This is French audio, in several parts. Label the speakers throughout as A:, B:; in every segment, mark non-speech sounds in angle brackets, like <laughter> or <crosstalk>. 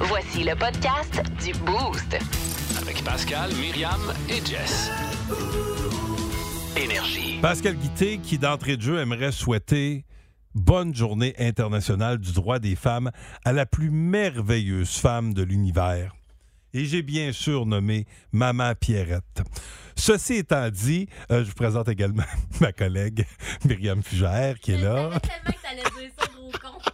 A: Voici le podcast du Boost.
B: Avec Pascal, Myriam et Jess. Énergie.
C: Pascal Guité, qui d'entrée de jeu aimerait souhaiter bonne journée internationale du droit des femmes à la plus merveilleuse femme de l'univers. Et j'ai bien sûr nommé Maman Pierrette. Ceci étant dit, euh, je vous présente également <laughs> ma collègue Myriam Fugère qui est là.
D: tellement que t'allais dire ça, gros con.
C: <laughs>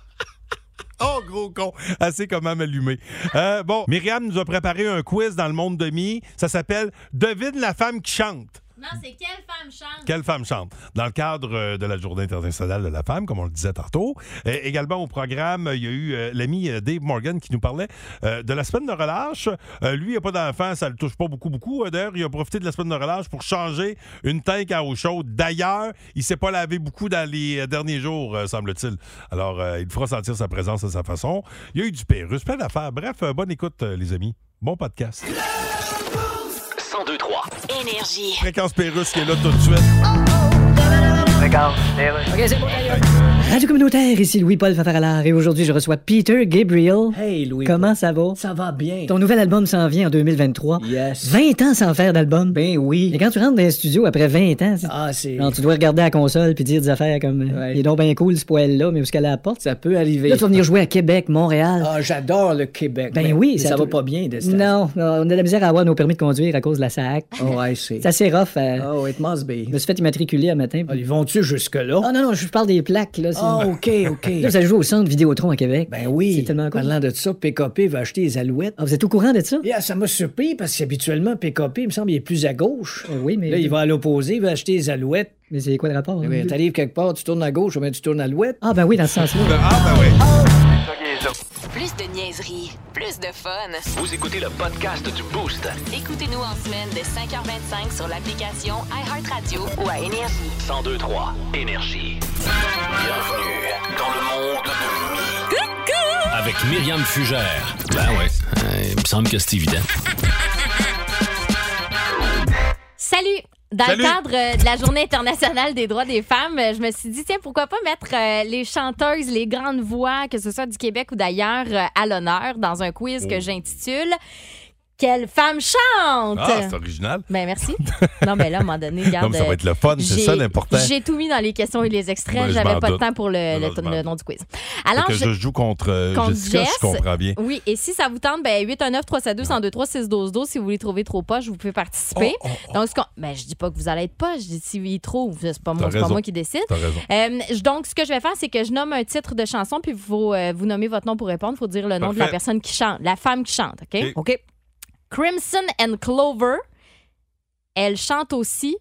C: Oh, gros con! Assez comment m'allumer. Euh, bon, Myriam nous a préparé un quiz dans le monde de mi. Ça s'appelle Devine la femme qui chante.
D: Non, c'est quelle femme chante?
C: Quelle femme chante? Dans le cadre euh, de la Journée internationale de la femme, comme on le disait tantôt. Euh, également au programme, il y a eu euh, l'ami euh, Dave Morgan qui nous parlait euh, de la semaine de relâche. Euh, lui, il n'a pas d'enfant, ça le touche pas beaucoup, beaucoup. Euh, D'ailleurs, il a profité de la semaine de relâche pour changer une tank à eau chaude. D'ailleurs, il s'est pas lavé beaucoup dans les euh, derniers jours, euh, semble-t-il. Alors, euh, il fera sentir sa présence à sa façon. Il y a eu du Pérus, plein d'affaires. Bref, euh, bonne écoute, euh, les amis. Bon podcast.
B: 1023.
A: Énergie.
C: Fréquence Pérus qui est là tout de suite.
E: Radio communautaire, ici Louis-Paul Fafaralard et aujourd'hui je reçois Peter Gabriel.
F: Hey Louis.
E: Comment ça va?
F: ça va bien?
E: Ton nouvel album s'en vient en 2023.
F: Yes.
E: 20 ans sans faire d'album.
F: Ben oui.
E: Et quand tu rentres dans les studios après 20 ans, c'est-
F: Ah, c'est.
E: genre, tu dois regarder la console puis dire des affaires comme euh,
F: Ouais.
E: Il est donc bien cool ce poêle-là, mais où est-ce qu'elle apporte?
F: Ça peut arriver.
E: Là, tu vas venir jouer à Québec, Montréal.
F: Ah, j'adore le Québec.
E: ben
F: mais-
E: oui,
F: mais ça,
E: te-
F: va pas bien, de
E: Non, on a de la misère à avoir nos permis de conduire à cause de la SAC.
F: Oh, I see.
E: C'est assez rough. euh,
F: Oh, it must be.
E: Je me suis fait immatriculer un matin.
F: Ah,
E: puis-
F: ils vont-tu jusque-là?
E: Ah non, non, je parle des plaques. Là, c'est-
F: Ah, OK,
E: <laughs>
F: OK.
E: Là, vous allez jouer au centre Vidéotron à Québec.
F: ben oui.
E: C'est tellement cool.
F: Parlant de ça, PKP va acheter les alouettes.
E: Ah, vous êtes au courant de ça?
F: Yeah, ça m'a surpris parce qu'habituellement, PKP, il me semble, il est plus à gauche.
E: Euh, oui, mais.
F: Là, il va à l'opposé, il va acheter les alouettes.
E: Mais c'est quoi le rapport? hein?
F: Tu T'arrives quelque part, tu tournes à gauche, ou bien tu tournes à l'ouette.
E: Ah, ben oui, dans ce sens-là.
C: Ah, ben oui.
A: Plus de niaiserie, plus de fun.
B: Vous écoutez le podcast du Boost.
A: Écoutez-nous en semaine de 5h25 sur l'application iHeartRadio ou à Énergie.
B: 1023. Énergie. Bienvenue dans le monde de Mimi. Avec Myriam Fugère. Ben ouais. il me semble que c'est évident.
D: Salut! Dans
C: Salut.
D: le cadre euh, de la Journée internationale des droits des femmes, euh, je me suis dit, tiens, pourquoi pas mettre euh, les chanteuses, les grandes voix, que ce soit du Québec ou d'ailleurs, euh, à l'honneur dans un quiz
C: Oh.
D: que j'intitule Quelle femme chante?
C: Ah, c'est original.
D: ben merci. Non, mais là, à un moment
C: <laughs>
D: donné, regarde.
C: Comme ça va être le fun, c'est
D: J'ai-
C: ça l'important.
D: J'ai tout mis dans les questions et les extraits.
C: Ben, je
D: J'avais
C: m'en
D: pas de
C: doute.
D: temps pour le, le-
C: Non, je m'en
D: le
C: doute.
D: nom du quiz.
C: Fait
D: Alors,
C: que
D: je-
C: je joue contre, euh,
D: contre
C: Jessica,
D: Jess.
C: je comprends bien. Ah.
D: oui, et si ça vous tente, ben 819-372-1023-612-12. Si vous voulez trouver trop poche, vous pouvez participer.
C: Oh, oh, oh,
D: Donc, ce qu'on- ben, je dis pas que vous allez être poche. Je dis si il trouve, c'est pas, moi-
C: T'as
D: c'est pas
C: raison.
D: moi qui décide.
C: T'as raison.
D: Euh, je- donc, ce que je vais faire, c'est que je nomme un titre de chanson, puis vous, euh, vous nommez votre nom pour répondre. Il faut dire le nom de la
C: Parfait.
D: personne qui chante, la femme qui chante, OK?
C: OK.
D: OK. Crimson and Clover, elle chante aussi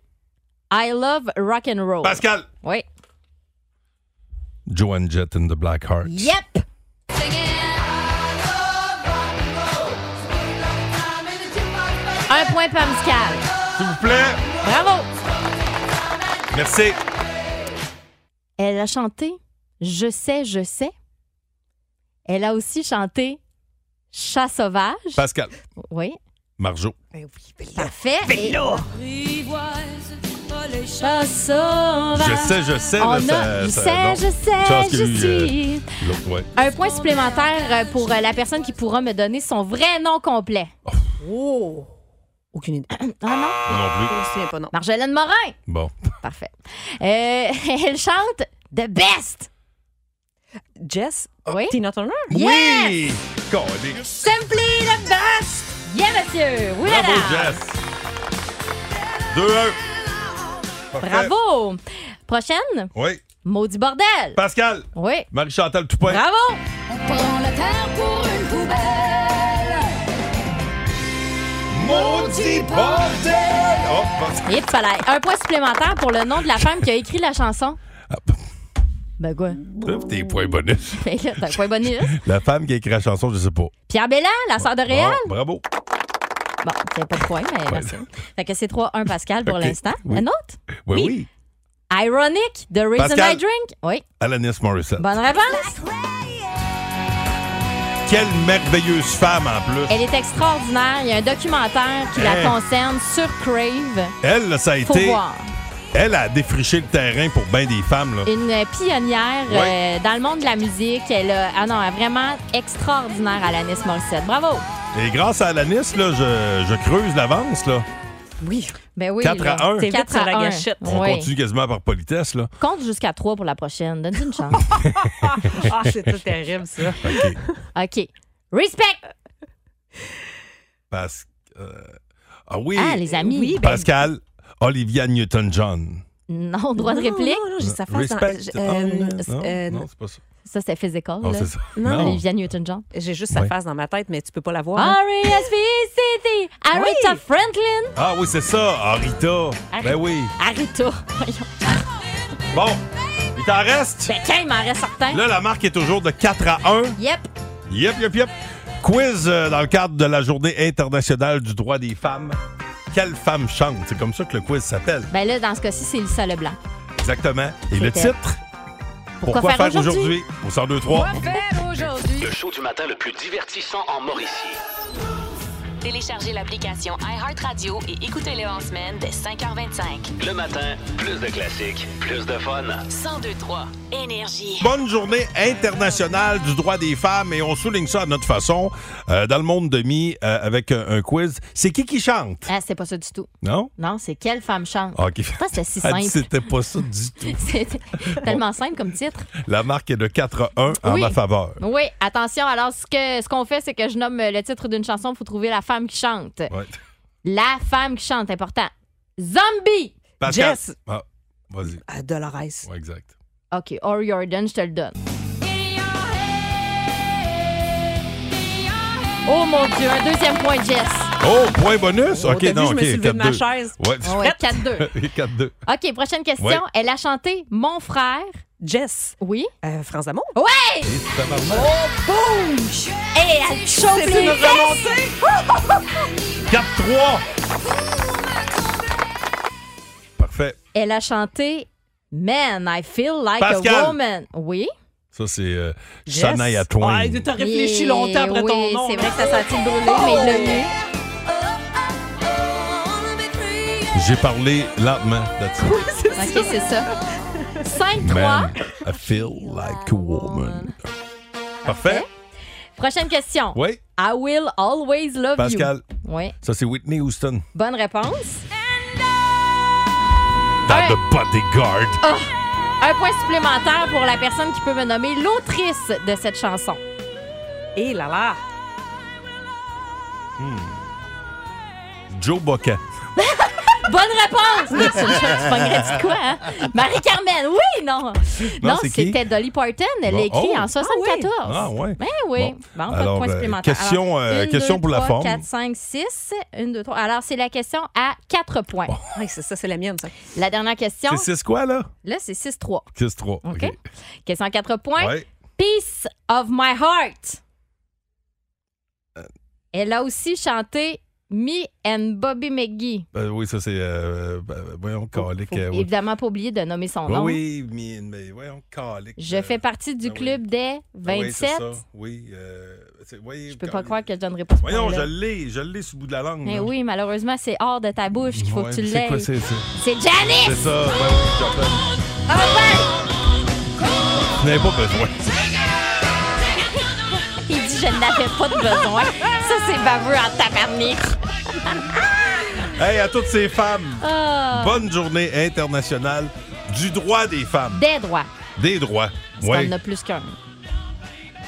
D: I Love Rock and Roll.
C: Pascal!
D: Oui.
C: Joanne Jett and the Black Hearts.
D: Yep! Un point pour Pascal.
C: S'il vous plaît!
D: Bravo!
C: Merci.
D: Elle a chanté Je sais, je sais. Elle a aussi chanté Chat sauvage.
C: Pascal.
D: Oui.
C: Marjo.
D: Parfait. Et- Chat sauvage.
C: Je sais, je sais.
D: Bah, On
C: là,
D: a,
C: ça-
D: je
C: ça-
D: sais,
C: non.
D: je sais,
C: Chance qu'il y a
D: je
C: eu, euh,
D: suis.
C: L'autre, ouais.
D: Un point supplémentaire euh, pour euh, la personne qui pourra me donner son vrai nom complet.
G: Aucune idée.
D: Oh, <clears throat> Ah non,
C: Moi non
G: Je me souviens pas, non.
D: Marjolaine Morin.
C: plus. Bon.
D: Parfait. Euh, <laughs> elle chante The Best.
G: Jess?
D: Oui.
G: Tina Turner?
D: Yes!
C: Oui! Collé.
D: Simply the best! Yeah, monsieur! Oui,
C: Bravo,
D: madame!
C: Jess. 2-1. Parfait.
D: Bravo! Prochaine,
C: Oui.
D: Maudit Bordel!
C: Pascal.
D: Oui!
C: Marie-Chantal Toupin.
D: Bravo!
C: Maudit bordel! Oh, Pascal.
D: Et voilà, un point supplémentaire pour le nom de la femme qui a écrit la chanson. <laughs>
C: Ah,
D: Ben quoi?
C: pff, Tes points bonus.
D: Ben là, t'as un point bonus.
C: La femme qui a écrit la chanson, je sais pas.
D: Pierre Bellan, la sœur de Réal.
C: Ah, bravo.
D: Bon, il n'y a pas de point, mais merci. Fait que c'est 3-1 Pascal pour
C: Ok,
D: l'instant.
C: oui.
D: Un autre?
C: Oui,
D: Oui.
C: oui.
D: Ironic, The Reason
C: Pascal.
D: I Drink. Oui,
C: Alanis Morissette.
D: bonne réponse.
C: Quelle merveilleuse femme en plus.
D: Elle est
C: Hein?
D: extraordinaire. Il y a un documentaire qui la
C: Hey.
D: concerne sur Crave.
C: Elle, là, ça a
D: Eh, Faut
C: été
D: voir.
C: Elle a défriché le terrain pour bien des femmes. Là.
D: Une pionnière
C: Ouais.
D: euh, dans le monde de la musique. Elle a, ah non, elle est vraiment extraordinaire, Alanis Morissette. Bravo!
C: Et grâce à Alanis, là, je, je creuse l'avance. là.
G: Oui.
D: Ben oui.
C: Quatre à
D: là.
C: un.
G: T'es vite
D: Quatre
G: sur
D: à
G: la
D: un.
G: gâchette.
C: On
D: Oui.
C: continue quasiment par politesse. Là. <laughs>
D: Compte jusqu'à trois pour la prochaine. Donne-lui une chance.
G: <laughs> Ah, c'est tout terrible, ça.
C: OK.
D: <laughs> OK. Respect!
C: Parce euh, Ah oui,
D: Ah, les amis.
G: Oui, ben,
C: Pascal, Olivia Newton-John.
D: ben, Non, droit de
G: non,
D: réplique.
G: Non, non, j'ai sa face dans-
C: Respect.
G: j'-
C: Ah,
G: euh,
C: non,
G: euh, Ah,
C: non, c'est pas ça.
D: Ça, c'était physical.
C: Non,
D: là.
C: c'est ça.
G: non,
C: Non.
D: Olivia Newton-John.
G: J'ai juste sa
C: Ouais.
G: face dans ma tête, mais tu peux pas la voir. hein.
D: E R-E-S-P-E-C-T. Aretha
G: Oui.
D: Franklin.
C: Ah oui, c'est ça, Arita. Ben oui.
D: Aretha. Voyons.
C: Bon, il t'en reste.
D: Ben, quand il m'en reste certain.
C: Là, la marque est toujours de 4 à 1.
D: Yep.
C: Yep, yep, yep. Quiz euh, dans le cadre de la Journée internationale du droit des femmes. Quelle femme chante? C'est comme ça que le quiz s'appelle.
D: Ben là, dans ce cas-ci, c'est Lisa Leblanc.
C: Exactement. Et le
D: C'était-
C: titre?
D: Pourquoi faire aujourd'hui?
C: Au 102-3.
B: Le show du matin le plus divertissant en Mauricie.
A: Téléchargez l'application iHeartRadio et écoutez-le en semaine dès 5h25.
B: Le matin, plus de classiques, plus de fun.
A: 1023 Énergie.
C: Bonne journée internationale du droit des femmes et on souligne ça à notre façon euh, dans le monde de mi euh, avec un, un quiz. C'est qui qui chante?
D: Ah, c'est pas ça du tout.
C: Non? Ah,
D: Non, c'est quelle femme chante.
C: OK.
D: pense que c'est si
C: <laughs> Elle dit
D: simple.
C: C'était pas ça du
G: Ah.
C: tout.
D: <laughs> C'est tellement simple comme titre.
C: La marque est de 4 à 1 en
D: Oui.
C: ma faveur.
D: Oui, attention. Alors, ce que ce qu'on fait, c'est que je nomme le titre d'une chanson. Il faut trouver la femme qui chante.
C: Ouais.
D: La femme qui chante, important. Zombie.
C: Pascal-
G: Jess.
C: Ah, vas-y.
G: Euh, Dolores.
C: Ouais, exact.
D: OK, Ori Jordan, je te le donne. Oh mon Dieu, un deuxième point, Jess.
C: Oh, point bonus?
G: Oh,
C: OK,
G: t'as vu,
C: non,
G: je
C: OK.
G: me suis levée de ma
C: 4-2.
G: chaise.
C: Ouais,
D: Ah ouais,
C: <laughs>
D: 4-2.
C: 4-2.
D: OK, prochaine question.
C: Ouais.
D: Elle a chanté Mon frère.
G: Jess.
D: Oui.
G: Euh, France Amour.
D: Ouais!
C: Et c'est pas normal.
D: Et elle chauffe
G: C'est
D: les
G: une
D: fesses.
G: remontée.
C: <laughs> 4-3. Parfait.
D: Elle a chanté Man, I feel like
C: Pascal.
D: a woman. Oui.
C: Ça, c'est euh,
G: Jess.
C: Shania Twain.
F: Ouais, t'as
D: Et-
F: réfléchi longtemps après
D: oui,
F: ton nom. hein? Oh!
D: C'est
F: là.
D: vrai que ça sentit brûler, mais il l'a eu.
F: <laughs>
C: J'ai parlé lentement là-dessus.
D: OK, c'est ça. 5-3.
C: Man, I feel like a woman. Parfait.
D: Prochaine question.
C: Oui,
D: I will always love
C: Pascal.
D: you. Oui.
C: Ça, c'est Whitney Houston.
D: Bonne réponse.
C: Dans
D: Ouais.
C: The Bodyguard.
D: Ah! Un point supplémentaire pour la personne qui peut me nommer l'autrice de cette chanson.
G: Et
F: Eh
G: là là.
C: Hmm. Joe Bucket.
D: Bonne réponse! Mais tu- tu pognerais-tu de quoi, hein? Marie-Carmen, oui, non!
C: Non,
D: Non,
C: c'est qui?
D: c'était Dolly Parton. Elle
C: Bon,
D: l'a écrit
C: oh.
D: en 74.
C: Ah, ouais.
D: Ben oui. Bon, pas
C: Alors,
D: de point
C: euh,
D: supplémentaire.
C: question, euh, question pour la forme.
D: 4, 5, 6. 1, 2, 3. Alors, c'est la question à 4 points.
G: Ouais, c'est ça, c'est la mienne, ça.
D: La dernière question,
C: C'est 6 quoi, là?
D: là, c'est 6, 3.
C: 6-3. OK.
D: OK. Question à 4 points.
C: Ouais.
D: Peace of my heart.
C: Euh.
D: Elle a aussi chanté Me and Bobby McGee.
C: Euh, oui, ça, c'est. euh, ben, voyons, calique.
D: Faut
C: euh, oui.
D: évidemment pas oublier de nommer son
C: Oui,
D: nom.
C: oui, mais, mais voyons, calique.
D: Je
C: euh,
D: fais partie du
C: ben oui.
D: club des
C: ah oui, c'est
D: 27.
C: ça. Oui, euh, c'est- oui,
D: je peux pas
C: calique.
D: croire que je donnerai pas ce
C: Voyons, je
D: point-là.
C: l'ai, je l'ai sur le bout de la langue.
D: Eh
C: là.
D: oui, malheureusement, c'est hors de ta bouche qu'il faut
C: Ouais,
D: que tu
C: C'est quoi,
D: l'aies.
C: c'est ça?
D: C'est Janice! Ah
C: C'est ça, ben oui, j'appelle. Je n'avais pas besoin.
D: Il dit je n'avais pas de besoin. Ça, c'est baveux en tabarnak.
C: Hey, à toutes ces femmes,
D: Ah.
C: bonne journée internationale du droit des femmes,
D: Des droits.
C: des droits.
D: Parce
C: Oui.
D: qu'on en a plus qu'un.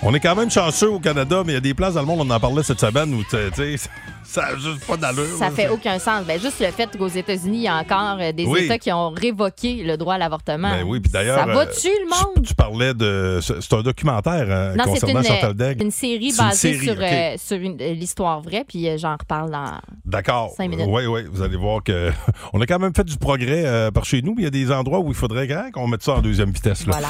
C: On est quand même chanceux au Canada, mais il y a des places dans le monde, on en parlait cette semaine, où, tu sais, <laughs> ça n'a juste pas d'allure.
D: Ça
C: là.
D: fait aucun sens. Ben, juste le fait qu'aux États-Unis, il y a encore euh, des
C: Oui.
D: États qui ont révoqué le droit à l'avortement.
C: Ben oui, puis d'ailleurs.
D: Ça
C: euh,
D: va-tu, le
C: tu-
D: monde?
C: Tu parlais de. C'est c'est un documentaire hein,
D: Non, c'est
C: concernant
D: une,
C: Chantal Daigle.
D: une série
C: C'est une
D: basée
C: série,
D: sur,
C: OK.
D: euh, sur une- euh, l'histoire vraie, puis euh, j'en reparle dans.
C: D'accord.
D: Cinq minutes.
C: Oui, oui, vous allez voir que <laughs> on a quand même fait du progrès euh, par chez nous, mais il y a des endroits où il faudrait hein, qu'on mette ça en deuxième vitesse. là.
D: Voilà.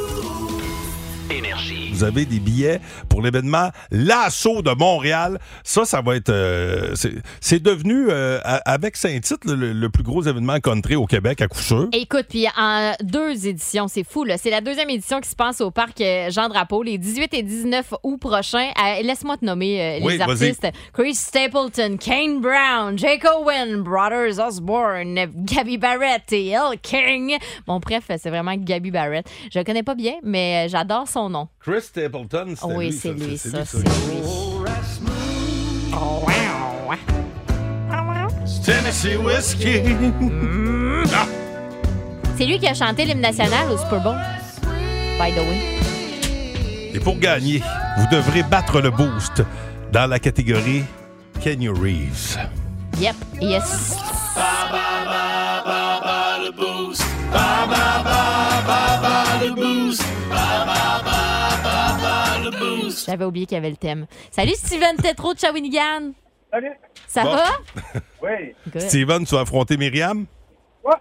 B: Énergie.
C: Vous avez des billets pour l'événement L'Assaut de Montréal. Ça, ça va être. euh, c'est- c'est devenu, euh, a- avec Saint-Tite, le, le plus gros événement country au Québec, à coup sûr.
D: Écoute, puis en deux éditions, c'est fou. là. C'est la deuxième édition qui se passe au parc euh, Jean Drapeau les 18 et 19 août prochains. Euh, Laisse-moi te nommer euh,
C: Oui,
D: les
C: vas-y.
D: artistes. Chris Stapleton, Kane Brown, Jake Owen, Brothers Osborne, Gabby Barrett et El King. Bon, bref, c'est vraiment Gabby Barrett. Je le connais pas bien, mais euh, j'adore son nom.
C: Chris Stapleton, c'était
D: Oui,
C: lui,
D: c'est lui,
C: c'est
D: ça.
C: lui,
D: C'est lui.
C: Tennessee Whiskey.
H: Mm.
D: C'est lui qui a chanté l'hymne national au Super Bowl. By the way.
C: Et pour gagner, vous devrez battre le boost dans la catégorie Kenny Reeves.
D: Yep. Yes. J'avais oublié qu'il y avait le thème. Salut Steven Tetro de Shawinigan. Salut. Ça
C: Bon.
D: va?
I: Oui.
D: Good.
C: Steven, tu vas affronter Myriam?
I: Ouais.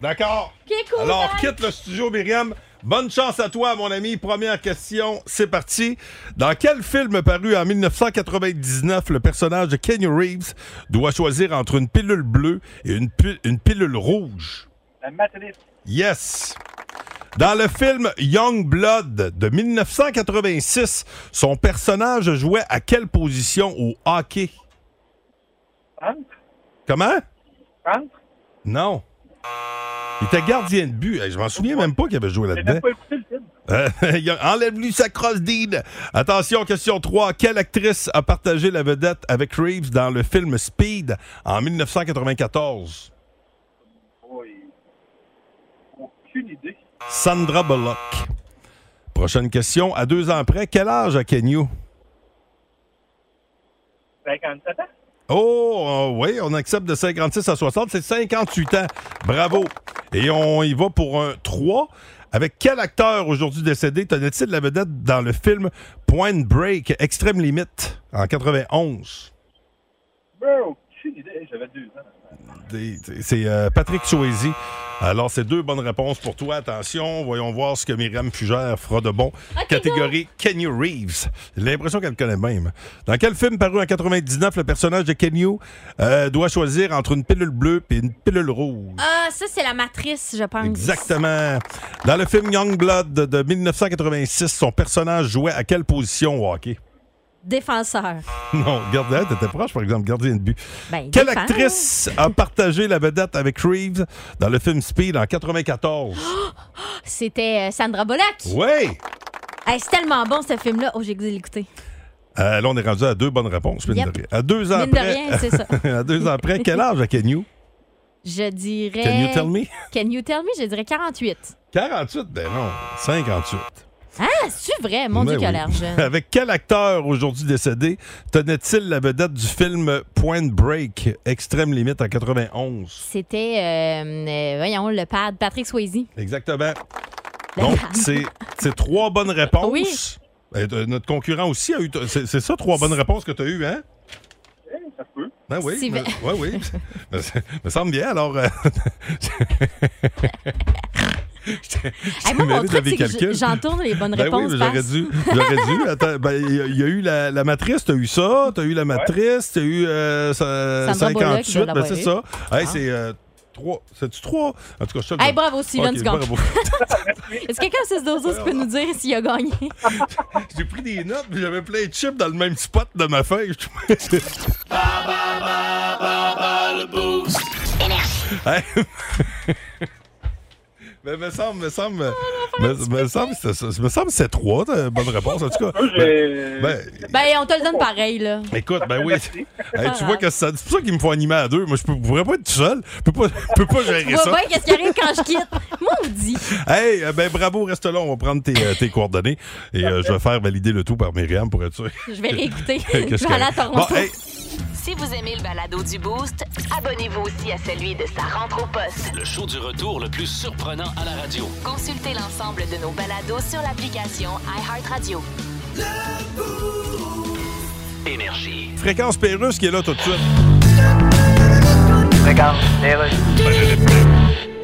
C: D'accord.
D: Ok, cool,
C: Alors,
H: hein?
D: bye.
C: quitte le studio, Myriam. Bonne chance à toi, mon ami. Première question, c'est parti. Dans quel film paru en 1999, le personnage de Kenny Reeves doit choisir entre une pilule bleue et une, pi- une pilule rouge?
I: La matrice.
C: Yes. Dans le film Young Blood de 1986, son personnage jouait à quelle position au hockey?
I: Centre.
C: Comment?
I: Centre.
C: Non. Il était gardien de but. Hey, je m'en souviens même pas qu'il avait joué
I: J'ai
C: là-dedans.
I: même pas écouté le film.
C: Euh, <laughs> il a- Enlève-lui sa crosse, Dean. Attention, question 3. Quelle actrice a partagé la vedette avec Reeves dans le film Speed en 1994?
I: Oui. Aucune idée.
C: Sandra Bullock. Prochaine question. À deux ans près, quel âge a Kenyu?
I: 57 ans.
C: Oh, euh, oui, on accepte de 56 à 60. C'est 58 ans. Bravo. Et on y va pour un 3. Avec quel acteur aujourd'hui décédé tenait-il la vedette dans le film Point Break, Extrême Limite, en 91?
I: Ben, aucune idée. J'avais deux ans.
C: Des- C'est euh, Patrick Swayze. Alors, c'est deux bonnes réponses pour toi. Attention, voyons voir ce que Myriam Fugère fera de bon. Catégorie Kenny Reeves. J'ai l'impression qu'elle le connaît même. Dans quel film paru en 99, le personnage de Kenny euh, doit choisir entre une pilule bleue et une pilule rouge?
D: Ah, ça, c'est la matrice, je pense.
C: Exactement. Dans le film Youngblood de 1986, son personnage jouait à quelle position au hockey? <laughs>
D: Défenseur.
C: Non, gardien, t'étais proche, par exemple, gardien de but.
D: Ben,
C: Quelle
D: défense.
C: actrice a partagé la vedette avec Reeves dans le film Speed en 94?
D: <gasps> C'était euh, Sandra Bullock.
C: Oui!
D: Hey, c'est tellement bon, ce film-là. Oh, j'ai goûté de l'écouter.
C: Euh, là, on est rendu à deux bonnes réponses, mine
D: Yep.
C: de rien. À deux ans
D: Mine de
C: après.
D: rien, c'est ça.
C: <laughs> à deux ans après, quel âge a Kenyu?
D: Je dirais.
C: Can you tell me?
D: <laughs> Can you tell me? Je dirais 48.
C: 48, ben non, 58.
D: Ah, c'est vrai? Mon
C: Ben
D: Dieu, qu'elle a
C: oui.
D: l'air
C: <laughs>
D: jeune.
C: Avec quel acteur aujourd'hui décédé tenait-il la vedette du film Point Break, Extrême Limite en 91?
D: C'était, euh, euh, voyons, le pad, Patrick
C: <laughs>
D: Swayze.
C: Exactement.
D: <laughs>
C: Donc, c'est c'est trois bonnes réponses.
D: Ben Oui.
C: Ben, euh, notre concurrent aussi a eu. C'est c'est ça, trois bonnes réponses que tu as eues, hein?
I: Eh, ça se peut.
C: Ben oui,
D: Si-
C: me- ouais, oui. me, me semble bien, alors. euh,
D: Hey, moi, mon
C: mérite
D: truc,
C: des
D: c'est que
C: calculs.
D: je- j'en tourne les bonnes
C: ben oui,
D: réponses.
C: mais j'aurais
D: parce-
C: dû. J'aurais dû. Attends, ben, il y a- il y, a eu la, la matrice, t'as eu ça, t'as eu la matrice, t'as eu euh, ça-
D: Sandra Bullock, il
C: 58,
D: doit
C: ben
D: l'avoir
C: c'est
D: eu.
C: ça. Hey, c'est euh, trois. C'est-tu trois? En tout cas, je te le
D: Ah. Hey,
C: donne.
D: bravo, Steven,
C: Ok,
D: tu gagnes.
C: bravo.
D: <laughs>
C: <laughs>
D: Est-ce que quelqu'un sur ce dossier qui peut nous dire s'il a gagné?
C: J'ai pris des notes, puis j'avais plein de chips dans le même spot de ma feuille. <laughs> Hey. Mais me semble, me semble, me, me semble, que c'est ça. me semble que c'est trois, t'as bonne réponse en tout cas.
I: Moi, j'ai.
C: Ben,
D: Ben, on te le donne pareil, là.
C: écoute, ben oui.
I: Merci.
C: Hey, tu vois que ça, c'est pour ça qu'il me faut animer à deux. Moi, je peux, pourrais pas être tout seul. Je peux pas, je peux pas
D: Tu
C: gérer
D: vois
C: ça.
D: bien qu'est-ce qui arrive <laughs> quand je quitte. Moi, on dit.
C: Hey, euh, ben bravo, reste là. On va prendre tes, euh, tes coordonnées et euh, je vais faire valider le tout par Myriam pour être sûr.
D: Je vais
C: <laughs>
D: réécouter.
C: que
D: Je vais aller à
C: correct.
D: Toronto.
C: Bon, hey,
A: Si vous aimez le balado du Boost, abonnez-vous aussi à celui de sa rentre au poste.
B: Le show du retour le plus surprenant à la radio.
A: Consultez l'ensemble de nos balados sur l'application iHeartRadio.
B: Énergie.
C: fréquence Pérusse qui est là tout de suite.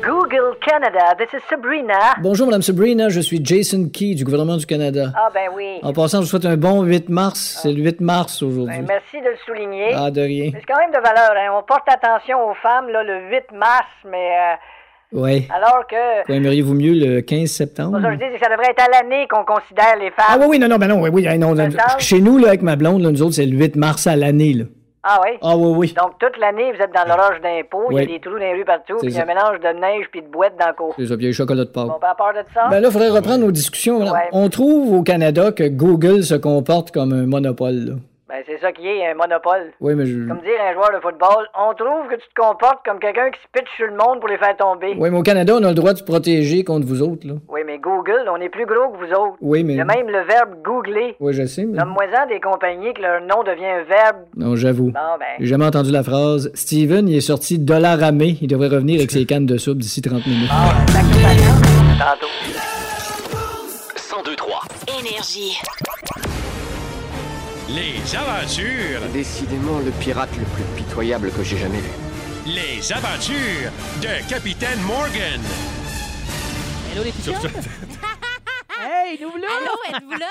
J: Google Canada. This is Sabrina.
F: Bonjour, Madame Sabrina, je suis Jason Key du gouvernement du Canada.
J: Ah, ben oui.
F: En passant, je vous souhaite un bon 8 mars. C'est le 8 mars aujourd'hui.
J: Ben, merci de le souligner.
F: Ah, de rien.
J: C'est quand même de valeur. Hein. On porte attention aux femmes là, le 8 mars, mais
F: Ouais.
J: euh, alors que.
F: Quoi, aimeriez-vous mieux le 15 septembre?
J: Pour ça, je dis que ça devrait être à l'année qu'on considère les femmes.
F: Ah oui, oui, non, non, ben non, oui, oui, hey, non, là,
J: Septembre.
F: chez nous, là, avec ma blonde, là, nous autres, c'est le 8 mars à l'année, là.
J: Ah oui?
F: Ah oui, oui.
J: Donc, toute l'année, vous êtes dans l'orage d'impôts, il y
F: Oui.
J: a des trous dans les rues partout,
F: C'est
J: puis il y a un
F: ça.
J: mélange de neige puis de boîtes dans le cours.
F: C'est ça, puis il y a les chocolats de Pâques.
J: On peut avoir peur de ça?
F: Ben là, il faudrait reprendre nos discussions. madame.
J: Ouais.
F: On trouve au Canada que Google se comporte comme un monopole, là.
J: Ben, c'est ça qui est un monopole.
F: Oui, mais je...
J: Comme dire un joueur de football, on trouve que tu te comportes comme quelqu'un qui se pitche sur le monde pour les faire tomber.
F: Oui, mais au Canada, on a le droit de se protéger contre vous autres, là.
J: Oui, mais Google, on est plus gros que vous autres.
F: Oui, mais...
J: Il y a même le verbe googler.
F: Oui, je sais, mais...
J: Nomme-moi-en des compagnies que leur nom devient un verbe.
F: Non, j'avoue.
J: Bon, ben.
F: J'ai jamais entendu la phrase « Steven, il est sorti dollar ramé. Il devrait revenir avec ses cannes de soupe d'ici 30 minutes.
J: Tantôt.
B: 1023.
C: <laughs>
A: Énergie.
K: Les aventures,
L: Décidément le pirate le plus pitoyable que j'ai jamais vu.
K: les aventures de Capitaine Morgan.
H: Hello les pigeons!
C: <laughs>
H: hey, nous voilà!
D: Ah! Allô, êtes-vous là?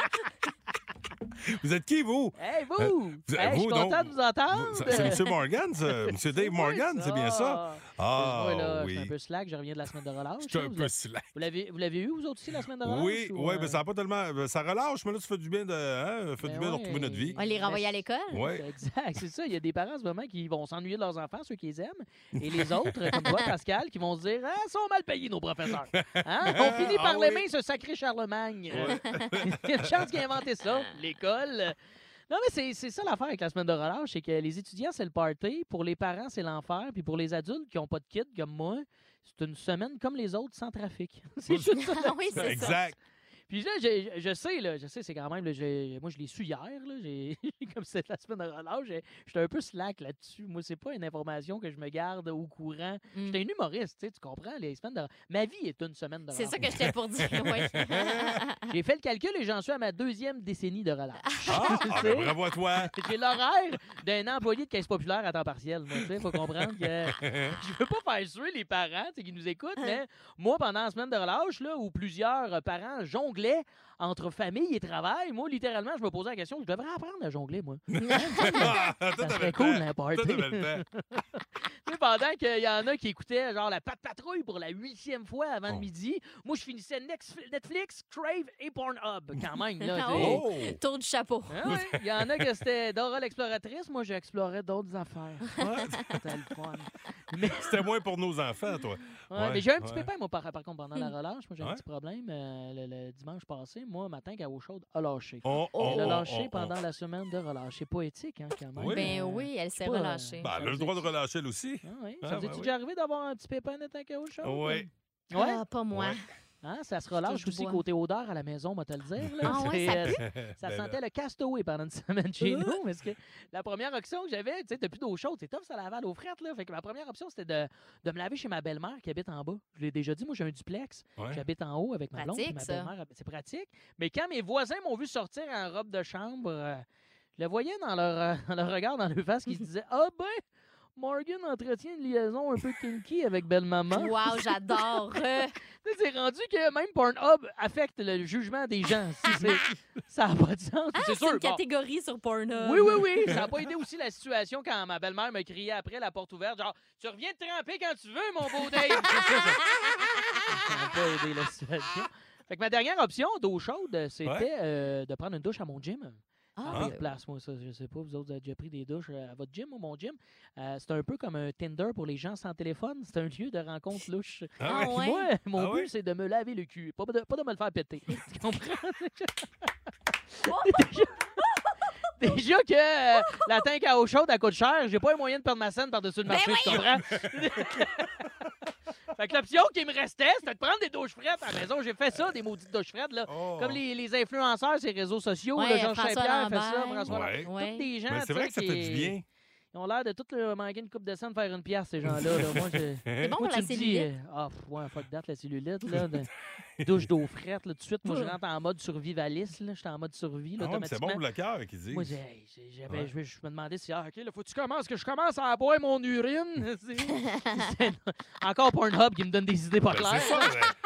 C: Vous êtes qui, vous?
H: Hey, vous!
C: Euh, vous-
H: hey, je suis
C: vous, non.
H: content de vous entendre!
C: Ça, C'est M. Morgan, ça. M. Dave Morgan, c'est bien ça. Ah,
H: Excuse-moi, là, Je suis
C: oui.
H: un peu slack, je reviens de la semaine de relâche.
C: C'est
H: hein,
C: un
H: vous
C: peu
H: êtes-
C: slack.
H: Vous l'avez vous l'avez eu, vous autres aussi, la semaine de relâche?
C: Oui,
H: ou,
C: oui,
H: euh,
C: mais ça n'a pas tellement. ben, Ça relâche, mais là, tu fais du bien de, hein, fais du bien
H: ben
C: de
H: ouais, Ben,
C: retrouver notre vie.
D: On les renvoyait à l'école?
C: Ouais.
H: <laughs> Exact, c'est ça. Il y a des parents en ce moment qui vont s'ennuyer de leurs enfants, ceux qui les aiment, et les autres,
C: <laughs>
H: comme toi, Pascal, qui vont se dire Ah, sont mal payés, nos professeurs.
C: <laughs>
H: Hein? On finit par
C: Ah
H: les
C: oui.
H: mains ce sacré Charlemagne. <laughs> Il y a une chance qu'il a inventé ça,
D: Ah.
H: l'école. Non, mais c'est- c'est ça l'affaire avec la semaine de relâche c'est que les étudiants, c'est le party, pour les parents, c'est l'enfer, puis pour les adultes qui n'ont pas de kids, comme moi, c'est une semaine comme les autres sans trafic. <laughs> c'est juste ça.
D: Ah <laughs> oui, c'est ça.
C: Exact.
H: Puis là, je, je- je sais, là, je sais, c'est quand même, là, j'ai- moi je l'ai su hier, là, j'ai- <laughs> comme c'était la semaine de relâche, j'ai- j'étais un peu slack là-dessus. Moi, c'est pas une information que je me garde au courant.
D: Mm.
H: J'étais un humoriste, tu sais, tu comprends, les semaines de Ma vie est une semaine de
D: C'est
H: relâche.
D: ça que j'étais pour dire,
H: <laughs>
D: oui.
H: J'ai fait le calcul et j'en suis à ma deuxième décennie
D: <laughs>
H: de relâche.
C: Ah,
H: <laughs> Tu
C: ah,
H: sais?
C: ben, bravo à
H: <laughs>
C: toi.
H: J'ai l'horaire d'un employé de caisse populaire à temps partiel. Moi, tu sais, faut comprendre que
D: <laughs>
H: <laughs> je veux pas faire jouer les parents tu sais, qui nous écoutent,
D: Hein.
H: mais moi, pendant la semaine de relâche, là, où plusieurs euh, parents jonglaient entre famille et travail, moi, littéralement, je me posais la question, je devrais apprendre à
C: <laughs>
H: jongler, moi.
C: Ah, toi,
H: Ça
C: t'avais
H: serait
C: le
H: cool,
C: temps.
H: un
C: Toi,
H: party.
C: t'avais le temps.
H: Tu sais, pendant qu'il y en a qui écoutaient genre la patte patrouille pour la huitième fois avant
C: Oh.
H: le midi, moi, je finissais Nex- Netflix, Crave et Pornhub, quand même.
D: <laughs>
H: Là, tu sais.
D: Oh.
C: Oh!
D: Tour du chapeau.
H: Ah ouais, Il y en a que c'était Dora l'exploratrice, moi j'explorais d'autres affaires. C'était
C: <laughs>
H: le fun. Mais,
C: C'était moins pour nos enfants, toi.
H: ouais,
C: Ouais,
H: mais j'ai eu un petit
C: ouais.
H: pépin, moi, par, par contre, pendant
D: Hmm.
H: la relâche. Moi, j'ai
C: Ouais.
H: un petit problème. euh, le, le dimanche passé, moi, ma tank à eau chaude a lâché.
C: On,
H: Elle a
C: on-
H: lâché
C: on-
H: pendant
C: on-
H: la semaine de relâche. C'est poétique, hein, quand même.
C: oh, Oui.
D: Ben
H: Euh,
D: oui, elle s'est
H: pas, euh,
D: relâchée.
C: Ben, elle a le droit de relâcher, elle aussi.
H: Ah ouais.
C: Ah,
H: Ça vous est
C: ben oui.
H: déjà arrivé d'avoir un petit pépin de tank à eau chaude?
C: Oui.
H: Ouais.
D: Ah, pas moi.
C: Ouais.
H: Hein, ça se
D: touche
H: relâche
D: du
H: aussi
D: bois.
H: côté odeur à la maison, moi te le dire. là.
D: Ah ouais,
H: C'est,
D: ça
H: euh, Ça
C: Ben,
H: sentait le castaway pendant une <laughs> semaine chez nous. Parce que la première option que j'avais, tu sais, t'as plus d'eau chaude, c'est tough, ça lavale aux frettes, là. Fait que ma première option, c'était de, de me laver chez ma belle-mère qui habite en bas. Je l'ai déjà dit, moi, j'ai un duplex.
C: Ouais.
H: J'habite en haut avec ma blonde. puis
D: Pratique,
H: ma
D: ça.
H: belle-mère, hab- c'est pratique. Mais quand mes voisins m'ont vu sortir en robe de chambre, euh, je le voyais dans leur, euh, <laughs> dans leur regard, dans leur face, qui se
D: <laughs>
H: disaient Ah ben, Morgan entretient une liaison un peu kinky avec belle-maman.
D: <laughs> Wow, j'adore.
H: <laughs>
D: Euh,
H: Tu sais, C'est rendu que même Pornhub affecte le jugement des gens. Si c'est- ça n'a pas de sens. c'est
D: Ah, c'est
H: sûr.
D: une
H: bon.
D: catégorie sur Pornhub.
H: Oui, oui,
C: <laughs>
H: oui. Ça n'a
D: <laughs>
H: pas aidé aussi la situation quand ma belle-mère me criait après la porte ouverte, genre « Tu reviens te tremper quand tu veux, mon beau Dave! »
C: <laughs>
H: Ça n'a pas aidé la situation. Fait que ma dernière option d'eau chaude, c'était
C: Ouais.
H: euh, de prendre une douche à mon gym.
D: Ah,
H: Ah,
D: ben-
H: place, moi, ça, je sais pas. Vous autres, vous avez déjà pris des douches euh, à votre gym ou mon gym. Euh, c'est un peu comme un Tinder pour les gens sans téléphone. C'est un lieu de rencontre louche.
C: <laughs> Ah
D: Ah
C: ouais.
H: Puis
D: ouais.
H: moi, mon
C: Ah
H: but,
C: ouais?
H: c'est de me laver le cul. Pas de, pas de me le faire péter. <laughs> tu comprends? déjà, <laughs> déjà que euh, la tank à eau chaude, elle coûte cher. J'ai pas les moyens de perdre ma scène par-dessus
D: Ben
H: le marché, tu comprends? <laughs> fait que l'option qui me restait, c'était de prendre des douches frettes à la maison. J'ai fait ça, des maudites douches frettes, là.
C: Oh.
H: Comme les, les influenceurs, ces réseaux sociaux,
D: Ouais,
H: là, Georges
D: François
H: Saint-Pierre fait ça,
D: Lambert.
H: François
C: Ouais.
H: Lambert. Tous des gens,
C: Mais
H: tu
C: c'est vrai que ça
H: sais,
C: fait
H: qui-
C: du bien.
H: Ils ont l'air de tout le manquer une coupe de scène, faire
F: <laughs>
C: <laughs>
H: une pièce, ces gens-là. là. Moi, je...
D: C'est bon
H: Moi,
D: pour la
H: tu me dis,
F: <laughs>
D: cellulite.
C: <laughs>
H: euh, Ah, pff, ouais, fuck date, la cellulite, là. de-
F: Ben
H: douche d'eau frette. Là, tout de suite, moi, je
C: Ouais.
H: rentre en mode survivaliste. là. J'étais en mode survie. là,
C: Ah ouais, mais c'est
H: automatiquement.
C: bon pour le cœur qu'ils disent.
H: Moi, j'ai- hey, j'ai- j'avais-
C: Ouais.
H: je, me- je me demandais si, ah, OK, là, faut-tu commences que je commence à boire mon urine? <laughs> C'est- c'est- Encore Pornhub qui me donne des idées pas
C: Ben,
H: claires.
C: c'est
H: <laughs>
C: ça,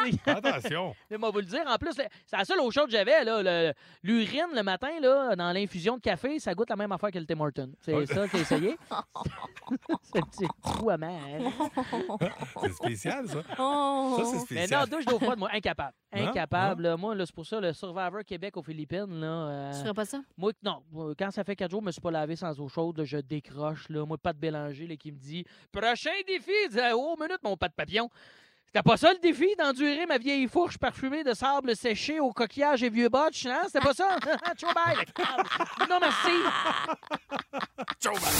C: ouais. Attention.
H: Mais moi, vous le dire, en plus, le- c'est la seule eau chaude que j'avais. là, le- L'urine le matin, là, dans l'infusion de café, ça goûte la même affaire que le Tim Hortons. C'est
C: Ouais.
H: ça, j'ai essayé. <laughs> c'est un petit trou amer.
C: C'est spécial, ça.
H: Oh,
M: Oh.
C: Ça, c'est
H: Mais
C: spécial.
H: non, douche d'eau froide, moi, incapable.
C: Non?
H: Incapable. là. Moi, là, c'est pour ça, le Survivor Québec aux Philippines. Là, euh,
D: Tu ferais pas ça?
H: Moi, non. Moi, Quand ça fait quatre jours, je me suis pas lavé sans eau chaude, là, je décroche. Là. Moi, Pat Bélanger là, qui me dit Prochain défi, Je dis, oh, minute, mon Pat Papillon. C'était pas ça le défi d'endurer ma vieille fourche parfumée de sable séché au coquillage et vieux botch, hein? C'était pas ça? <laughs> Ciao, bye! la calme. Non, merci!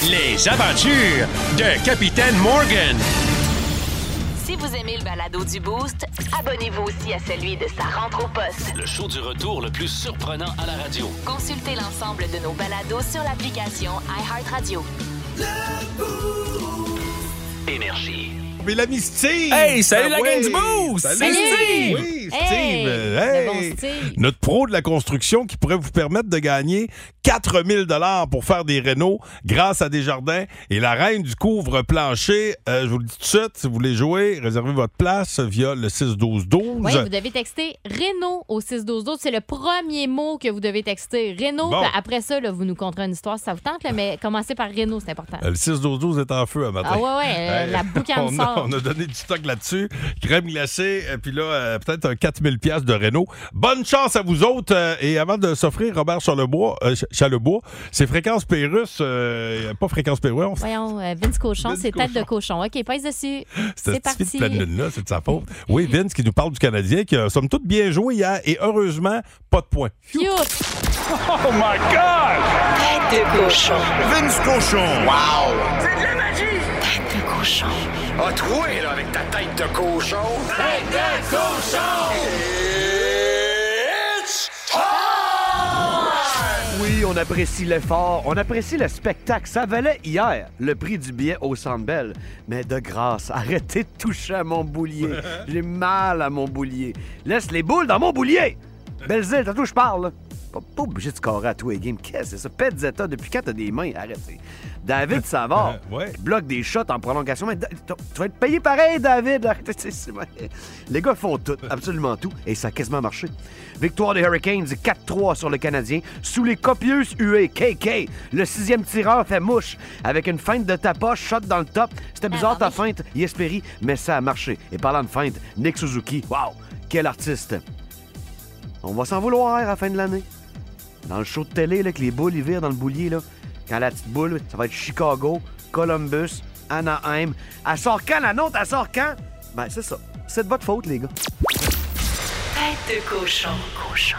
K: Les aventures de Capitaine Morgan.
A: Si vous aimez le balado du Boost, abonnez-vous aussi à celui de sa rentre au poste.
B: Le show du retour le plus surprenant à la radio.
A: Consultez l'ensemble de nos balados sur l'application iHeartRadio.
B: Énergie.
C: Mais l'ami Steve!
B: Hey, salut
C: Ah
B: la gang
C: ouais.
B: du Boost!
C: Salut,
B: Salut!
C: Steve! Oui,
B: Hey,
C: Steve!
B: le
C: Hey!
B: bon Steve.
C: Notre pro de la construction qui pourrait vous permettre de gagner 4000 dollars pour faire des rénaux grâce à Desjardins et la reine du couvre-plancher. Euh, je vous le dis tout de suite, si vous voulez jouer, réservez votre place via le 6-12-12.
D: Oui, vous devez texter Renault au 612 C'est le premier mot que vous devez texter. Renault.
C: Bon.
D: Puis Après ça, là, vous nous conterez une histoire si ça vous tente, là, mais commencez par Renault, c'est important.
C: Euh, Le 6-12-12 est en feu à matin.
D: Ah ouais, ouais, euh, la boucane
C: on, a,
D: sort.
C: on a donné du stock là-dessus. Crème glacée, et puis là, euh, peut-être un 4000 pièces de Renault. Bonne chance à vous autres. euh, et avant de s'offrir Robert Charlebois, euh, Ch- Charlebois, c'est Fréquence Pérusse, euh, pas Fréquence Pérusse,
D: Voyons, euh, Vince Cochon, c'est tête de cochon. OK, pèse dessus.
C: Cette
D: C'est
C: petite
D: parti.
C: fille de pleine lune-là, c'est de sa faute. Oui, Vince qui nous parle du Canadien, qui a somme toute bien joué hier et heureusement, pas de points.
K: Oh my God! Tête de cochon. Vince cochon. Wow! C'est de la magie! Tête de cochon. A troué, là, avec ta tête de cochon. Tête de cochon!
N: Oui, on apprécie l'effort, on apprécie le spectacle. Ça valait hier le prix du billet au Centre Bell. Mais de grâce, <laughs> arrêtez de toucher à mon boulier. J'ai mal à mon boulier. Laisse les boules dans mon boulier! Belzile, t'as tout je parle. là. Pas, pas obligé de scorer à tous les games. Qu'est-ce que c'est ça? Petzetta, depuis quand t'as des mains? Arrêtez. David Savard bloque des shots en prolongation. Mais Da- tu tu vas être payé pareil, David. Arrêtez, c'est- c'est- Les gars font tout, absolument tout, et ça a quasiment marché. Victoire des Hurricanes 4-3 sur le Canadien, sous les copieuses huées. KK, le sixième tireur fait mouche avec une feinte de tapoche, shot dans le top. C'était bizarre ta feinte, Yespéry, mais ça a marché. Et parlant de feinte, Nick Suzuki, wow, quel artiste. On va s'en vouloir à la fin de l'année. Dans le show de télé, là, que les boules, ils virent dans le boulier, là, quand la petite boule, ça va être Chicago, Columbus, Anaheim. Elle sort quand, la nôtre? Elle sort quand? Ben, c'est ça. C'est de votre faute, les gars.
A: Tête de cochon. Cochon.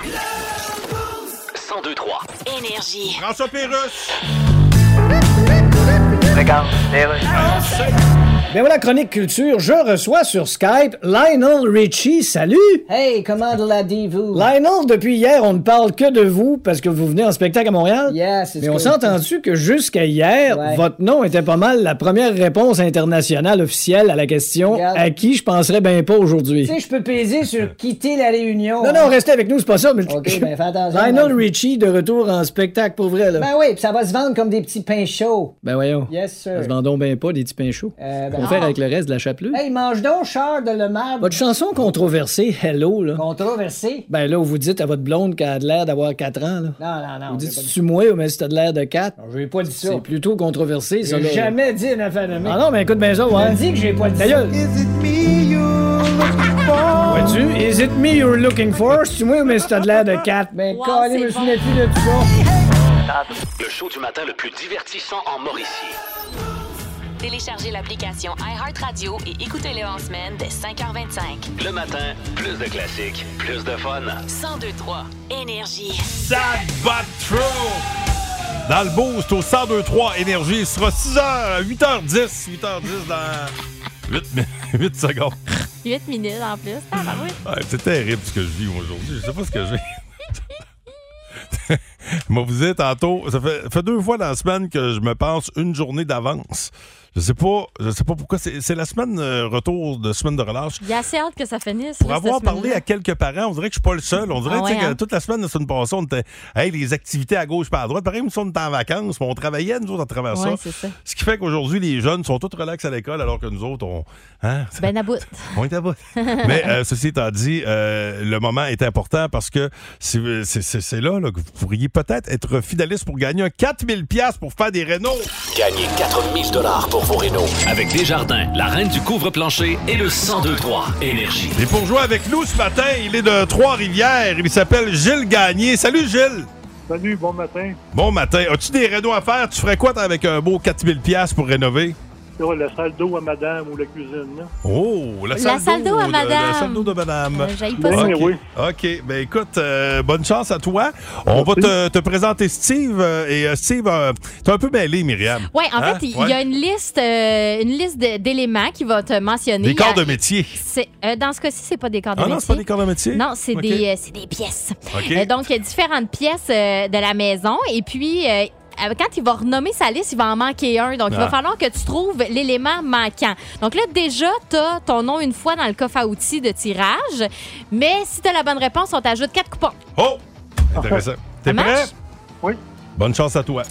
B: 102-3.
A: Énergie.
C: François Pérusse.
F: Ben voilà, Chronique Culture, je reçois sur Skype Lionel Richie, salut!
O: Hey, comment la vous
F: Lionel, depuis hier, on ne parle que de vous parce que vous venez en spectacle à Montréal.
O: Yes, it's
F: Mais on
O: good.
F: s'est entendu que jusqu'à hier,
O: Ouais.
F: votre nom était pas mal la première réponse internationale officielle à la question
O: Regarde.
F: à qui je penserais bien pas
O: Tu
F: aujourd'hui.
O: sais, je peux peser sur quitter la réunion.
F: Non,
O: hein.
F: non, restez avec nous, c'est pas ça. Mais
O: OK, ben fais attention.
F: <laughs> Lionel Richie de retour en spectacle pour vrai, là.
O: Ben oui, puis ça va se vendre comme des petits pains chauds.
F: Ben voyons.
O: Yes,
F: Ça
O: sir.
F: se vendons bien pas des petits pains chauds.
O: Euh, ben
F: Qu'on
O: non.
F: faire avec le reste de la chapelure.
O: Hey, mange donc, char de le marbre.
F: Votre chanson controversée, Hello, là.
O: Controversée?
F: Ben là, vous dites à votre blonde qu'elle a de l'air d'avoir 4 ans, là.
O: Non, non, non.
F: Vous dites,
O: j'ai pas dit-
F: tu moi, mais si t'as de l'air de 4.
O: J'ai pas dit ça.
F: C'est plutôt controversé, ça, là.
O: J'ai jamais dit une affaire de même.
F: Ah non, mais écoute bien ça, ouais.
O: Je dis que j'ai pas dit
F: Ta
O: ça.
F: gueule. Vois-tu? Is it me you're looking for? Si tu moi, mais si t'as de l'air de 4.
O: Ben,
F: Wow,
O: calé,
F: c'est
O: je me
F: bon.
O: souviens plus de tout ça.
B: Le show du matin le plus divertissant en Mauricie.
A: Téléchargez l'application iHeartRadio et écoutez-le en semaine dès 5h25.
B: Le matin, plus de classiques, plus de fun.
A: 1023 Énergie.
C: Sad but true. Dans le boost au 102-3 Énergie, il sera 6h, à 8h10, 8h10 dans 8, <laughs> 8 secondes.
D: 8 minutes en plus. Ah, bah oui.
C: Ouais, c'est terrible ce que je vis moi, aujourd'hui. Je sais pas ce que <laughs> j'ai. Moi, vous êtes tantôt, ça fait, ça fait deux fois dans la semaine que je me pense une journée d'avance. Je sais pas, je sais pas pourquoi. C'est c'est la semaine euh, retour de semaine de relâche.
D: Il y a assez hâte que ça finisse.
C: Pour
D: là,
C: avoir
D: cette
C: parlé
D: semaine-là.
C: à quelques parents, on dirait que je suis pas le seul. On dirait
D: Ah
C: tu sais,
D: ouais,
C: que
D: hein?
C: toute la semaine, la semaine passée, on était hey, les activités à gauche pas à droite. Pareil, nous sommes en vacances, mais on travaillait, nous autres, à travers
D: Ouais,
C: ça.
D: c'est ça.
C: Ce qui fait qu'aujourd'hui, les jeunes sont tous relax à l'école, alors que nous autres, on, hein,
D: Ben à bout.
C: on est
D: <laughs>
C: à bout. <laughs> Mais euh, ceci étant dit, euh, le moment est important parce que si- c'est c'est- c'est là, là que vous pourriez peut-être être fidéliste pour gagner un 4000 pièces pour faire des rénaux.
B: Gagnez 4000 dollars pour vos rénaux. Avec Desjardins, la reine du couvre-plancher et le 1023 Énergie.
C: Et pour jouer avec nous ce matin, il est de Trois-Rivières. Il s'appelle Gilles Gagné. Salut Gilles!
P: Salut, bon matin.
C: Bon matin. As-tu des rénaux à faire? Tu ferais quoi toi, avec un beau 4000 pièces pour rénover?
P: Oh, la salle d'eau à madame ou la cuisine. là.
C: Oh, la
P: La
C: salle,
P: salle d'eau à
C: de-
P: madame.
C: La salle d'eau de madame.
P: Euh, j'haïs pas ça.
C: OK.
P: Oui,
C: OK. Ben écoute, euh, bonne chance à toi. On va te, te présenter Steve. euh, et euh, Steve, euh, t'es un peu mêlé, Myriam.
D: Oui, en
C: Hein?
D: fait, il
C: Ouais.
D: y a une liste, euh, une liste de- d'éléments qui va te mentionner.
C: Des corps
D: Il y
C: de
D: a-
C: métier.
D: C'est- euh, dans ce cas-ci, c'est pas des corps de
C: Ah
D: métier.
C: non, c'est pas des corps de métier?
D: Non, c'est
C: OK.
D: des, euh, c'est des pièces.
C: OK.
D: Euh, donc, il y a différentes pièces euh, de la maison. Et puis, euh, euh, quand il va renommer sa liste, il va en manquer un. Donc, il va
Q: Ah.
D: falloir que tu trouves l'élément manquant. Donc là, déjà, tu as ton nom une fois dans le coffre à outils de tirage. Mais si tu as la bonne réponse, on t'ajoute quatre coupons.
C: Oh! Intéressant.
D: Ah,
C: T'es prêt?
P: Oui.
C: Bonne chance à toi.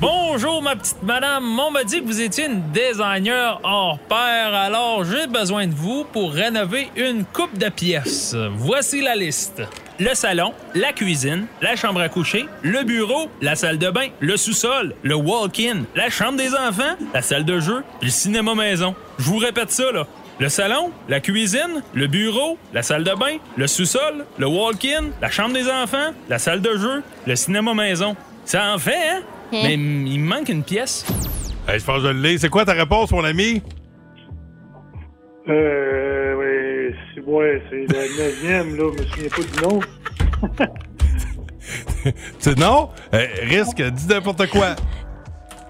M: Bonjour, ma petite madame. On m'a dit que vous étiez une designer hors pair, alors j'ai besoin de vous pour rénover une coupe de pièces. Voici la liste. Le salon, la cuisine, la chambre à coucher, le bureau, la salle de bain, le sous-sol, le walk-in, la chambre des enfants, la salle de jeu, le cinéma maison. Je vous répète ça, là. Le salon, la cuisine, le bureau, la salle de bain, le sous-sol, le walk-in, la chambre des enfants, la salle de jeu, le cinéma maison. Ça en fait, hein?
D: Hein?
M: Mais m- il me manque une pièce.
C: Hey, je pense que je l'ai. C'est quoi ta réponse, mon ami?
P: Euh, oui, c'est ouais, c'est la neuvième, là, je me souviens pas du nom.
C: Tu- non? Euh, risque, dis n'importe quoi.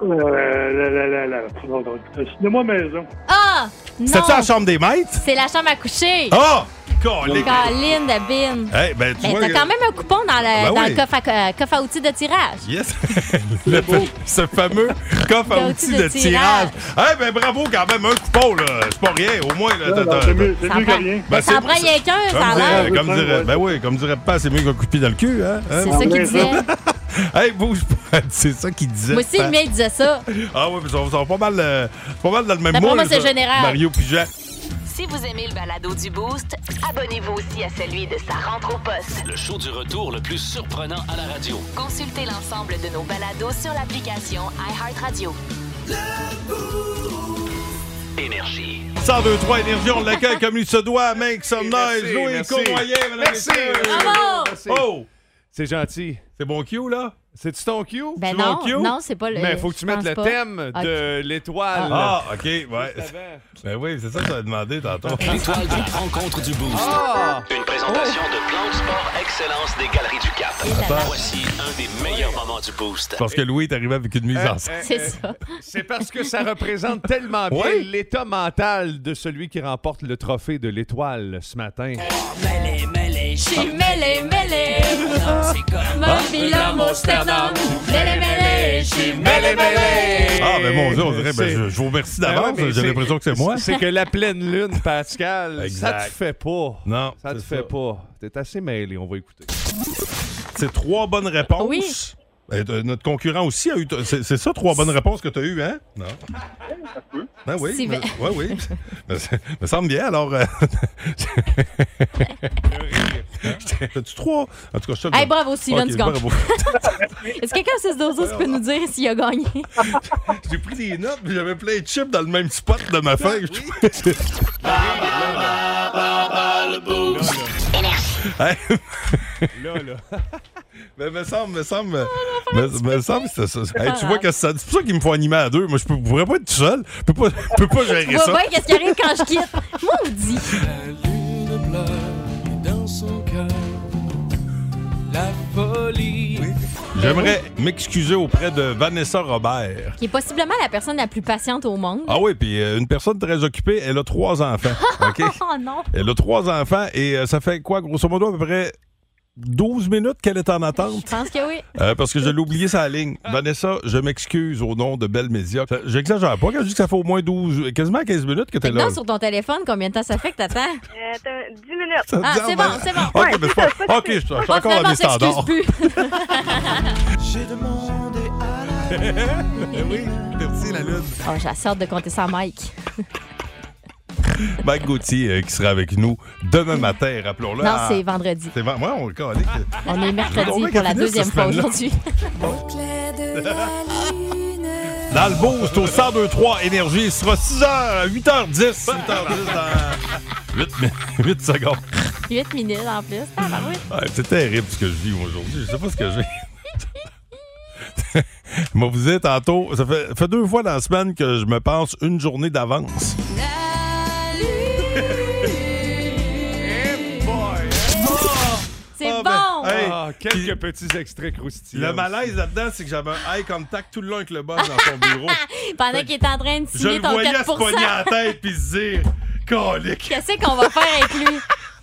P: Euh, la, la, la, la, non, non, le cinéma maison.
D: Ah! Non!
C: C'était-tu la chambre des maîtres?
D: C'est la chambre à coucher.
C: Ah! Colin.
D: Colline de Bin.
C: Hey, ben, tu
D: Ben,
C: vois
D: t'as
C: que-
D: quand même un coupon dans le,
C: Ben
D: dans
C: oui.
D: le coffre, à, euh, coffre à outils de tirage.
C: Yes! <laughs> Le fa- ce fameux coffre à outils de, tirage. Eh ben bravo quand même, un coupon, là. C'est pas rien, au moins. Là,
P: Ouais,
C: t'as-
P: non,
C: t'as-
P: c'est mieux-
C: t'as-
P: c'est mieux que rien.
C: Ben,
D: ça en prend rien qu'un, ça
C: Comme
D: a
C: dirait,
D: l'air.
C: comme dirait- ben oui, comme dirait pas, c'est mieux qu'un coupé dans le cul, hein? hein?
D: C'est ça qu'il disait.
C: <laughs> hey, bouge pas. C'est ça qu'il disait.
D: Moi aussi, le
C: Pat.
D: mien, il disait <laughs> ça.
C: Ah oui, mais ils sont, ils sont pas, mal, euh, pas mal dans le même
D: D'après
C: moule.
D: moi, c'est
C: ça.
D: général.
C: Mario Pigeon.
A: Si vous aimez le balado du Boost, abonnez-vous aussi à celui de sa rentre au poste.
B: Le show du retour le plus surprenant à la radio.
A: Consultez l'ensemble de nos balados sur l'application iHeartRadio.
B: Énergie.
C: 102-3 Énergie, on l'accueille comme il se doit. Make some
R: Merci,
C: noise. Louis
R: merci.
C: Cournoyer, mesdames et
R: Merci.
C: messieurs.
D: Bravo.
R: Merci.
C: Oh!
R: C'est gentil.
C: C'est bon cue, là?
R: C'est-tu ton cue?
D: Ben
R: Tu veux
D: non,
R: un cue?
D: non, c'est pas le-
R: Mais faut que
D: je
R: tu mettes
D: pense
R: le
D: pas.
R: thème
D: Ah,
R: de l'étoile.
C: Ah, OK, ouais. Ben oui, c'est ça que tu as demandé tantôt.
B: L'étoile de la rencontre du Boost.
R: Ah!
B: Une présentation de Plan de Sport Excellence des Galeries du Cap.
C: Attends.
B: Voici un des meilleurs moments du Boost. Eh,
C: Parce que Louis est arrivé avec une mise
R: Euh,
C: en scène.
R: euh, euh, C'est parce que ça représente tellement bien
C: Ouais.
R: l'état mental de celui qui remporte le trophée de l'étoile ce matin.
Q: Mêlé, mêlé,
D: J'ai mêlé, mêlé. Mobile homme, Amsterdam. Mêlé,
R: Ah.
D: mêlé, j'ai mêlé, mêlé.
C: Ah, ben mon Dieu, on dirait, ben,
R: C'est-
C: je, je vous remercie
R: Ben
C: d'avance.
R: ouais, mais
C: J'ai l'impression que c'est moi.
R: C'est que la pleine lune, Pascal, ça
C: Exact.
R: te fait pas.
C: Non,
R: Ça te
C: c'est ça.
R: fait pas. T'es assez mêlé, on va écouter.
C: C'est trois bonnes réponses. Ben, euh, notre concurrent aussi a eu. t- C'est c'est ça, trois bonnes réponses que tu as eues, hein? Non. Ben oui.
D: Si-
C: mais- ouais, oui. Ben, ça me semble bien, alors. euh, <laughs> As-tu trois? En tout cas, je te le
D: Hey,
C: donne.
D: bravo, Steven,
C: Ok,
D: tu gagnes.
C: bravo.
D: <laughs> Est-ce que quelqu'un à 6 12 peut nous dire s'il a gagné?
C: <laughs> J'ai pris des notes, mais j'avais plein de chips dans le même spot de ma feuille.
D: <laughs>
C: Hey.
R: Là, là.
C: Mais me semble, me semble,
D: Ah,
C: me, me semble que c'est ça.
D: C'est
C: Hey,
D: pas
C: tu vois
D: grave.
C: que ça, c'est pour ça qu'il me faut animer à deux. Moi, je peux- je pourrais pas être tout seul. Je peux pas, je peux pas gérer
D: Tu vois
C: ça.
D: bien qu'est-ce qui arrive quand je
C: <laughs>
D: quitte. Moi, on dit.
Q: dans son cœur, la folie.
C: J'aimerais m'excuser auprès de Vanessa Robert.
D: Qui est possiblement la personne la plus patiente au monde. <laughs>
C: Ah oui, puis euh, une personne très occupée, elle a trois enfants. OK?
D: Oh non!
C: Elle a trois enfants et euh, ça fait quoi, grosso modo, à peu près 12 minutes qu'elle est en attente.
D: Je pense que oui.
C: Euh, parce que je l'ai oublié sa ligne. Vanessa, je m'excuse au nom de Belle Média. Ça- J'exagère pas quand je dis que ça fait au moins 12, quasiment 15 minutes que t'es
D: Fait que
C: là.
D: dans sur ton téléphone, combien de temps ça fait que t'attends?
S: 10 minutes.
C: Ça te
D: Ah,
C: dit,
D: c'est
C: ah,
D: bon,
C: ben-
D: c'est bon.
C: Ok, mais c'est
D: <laughs>
C: pas- ok, je suis encore
D: Finalement, on
C: dans les
D: s'excuse
C: standards. <laughs>
D: plus.
C: Ah,
Q: J'ai demandé à
C: oui, merci la lune.
D: Oh, j'ai la sorte de compter ça à Mike.
C: Mike Gauthier euh, qui sera avec nous demain matin, rappelons-le.
D: non,
C: à-
D: c'est vendredi.
C: C'est vraiment. Moi, on le calait que-
D: On est
C: Je
D: mercredi
C: veux donc
D: pour la
C: qu'elle finisse
D: deuxième
C: cette
D: fois
C: semaine-là. <laughs>
D: aujourd'hui.
C: Dans le boost au 1023 Énergie, il sera 6h à 8h10. 8h10 dans 8, secondes.
D: 8 minutes en plus. Ah, ben Tabarouette.
C: Ouais, c'est terrible ce que je vis moi, aujourd'hui. Je sais pas ce que j'ai. <laughs> Moi, vous êtes tantôt, ça fait, fait deux fois dans la semaine que je me pense une journée d'avance.
D: C'est
C: Ah,
D: bon!
C: ben, hey,
R: Ah, quelques petits extraits croustillants.
C: Le malaise là-dedans, c'est que j'avais un eye contact tout le long avec le boss dans son bureau.
D: Pendant qu'il est en train de
C: Ben,
D: <laughs>
C: je
D: signer
C: le
D: ton
C: voyais se pogner à la
D: 4
C: tête puis se dire Colique!
D: Qu'est-ce qu'on va faire
C: <laughs>
D: avec
C: Ben
D: lui?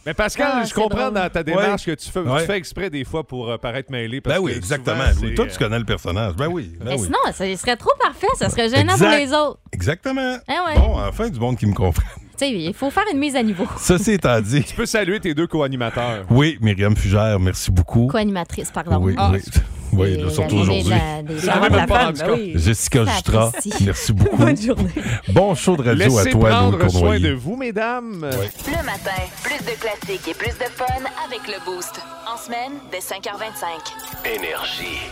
R: Mais Pascal,
D: Ah,
R: je
D: c'est
R: comprends
D: drôle.
R: dans ta démarche que tu fais,
C: Ouais.
R: tu fais exprès des fois pour euh, paraître mêlé. Parce
C: Ben oui,
R: que
C: exactement.
R: souvent,
C: Louis.
R: c'est,
C: Toi,
R: euh,
C: tu connais le personnage. Ben oui. Ben
D: Mais
C: oui.
D: sinon, ça il serait trop parfait. Ça serait gênant pour
C: Exact.
D: les autres.
C: Exactement.
D: Eh ouais.
C: Bon, enfin, du monde qui me comprend. <laughs>
D: Tu sais, il faut faire une mise à niveau.
C: Ceci étant dit.
R: Tu peux saluer tes deux co-animateurs.
C: Oui, Myriam Fugère, merci beaucoup.
D: Co-animatrice, pardon.
C: Oui, oui. Oui, là,
D: Ah, la
C: surtout
D: journée de
C: aujourd'hui.
D: la- des parents de la femme, ben oui.
C: Jessica
D: Ça
C: Jutra,
D: apprécie.
C: merci beaucoup.
D: Bonne journée.
C: Bon show de radio
R: Laissez
C: à toi, Lou
R: prendre soin
C: Cournoyer.
R: de vous, mesdames.
A: Le matin, plus de classiques et plus de fun avec le Boost. En semaine, dès 5h25.
K: Énergie.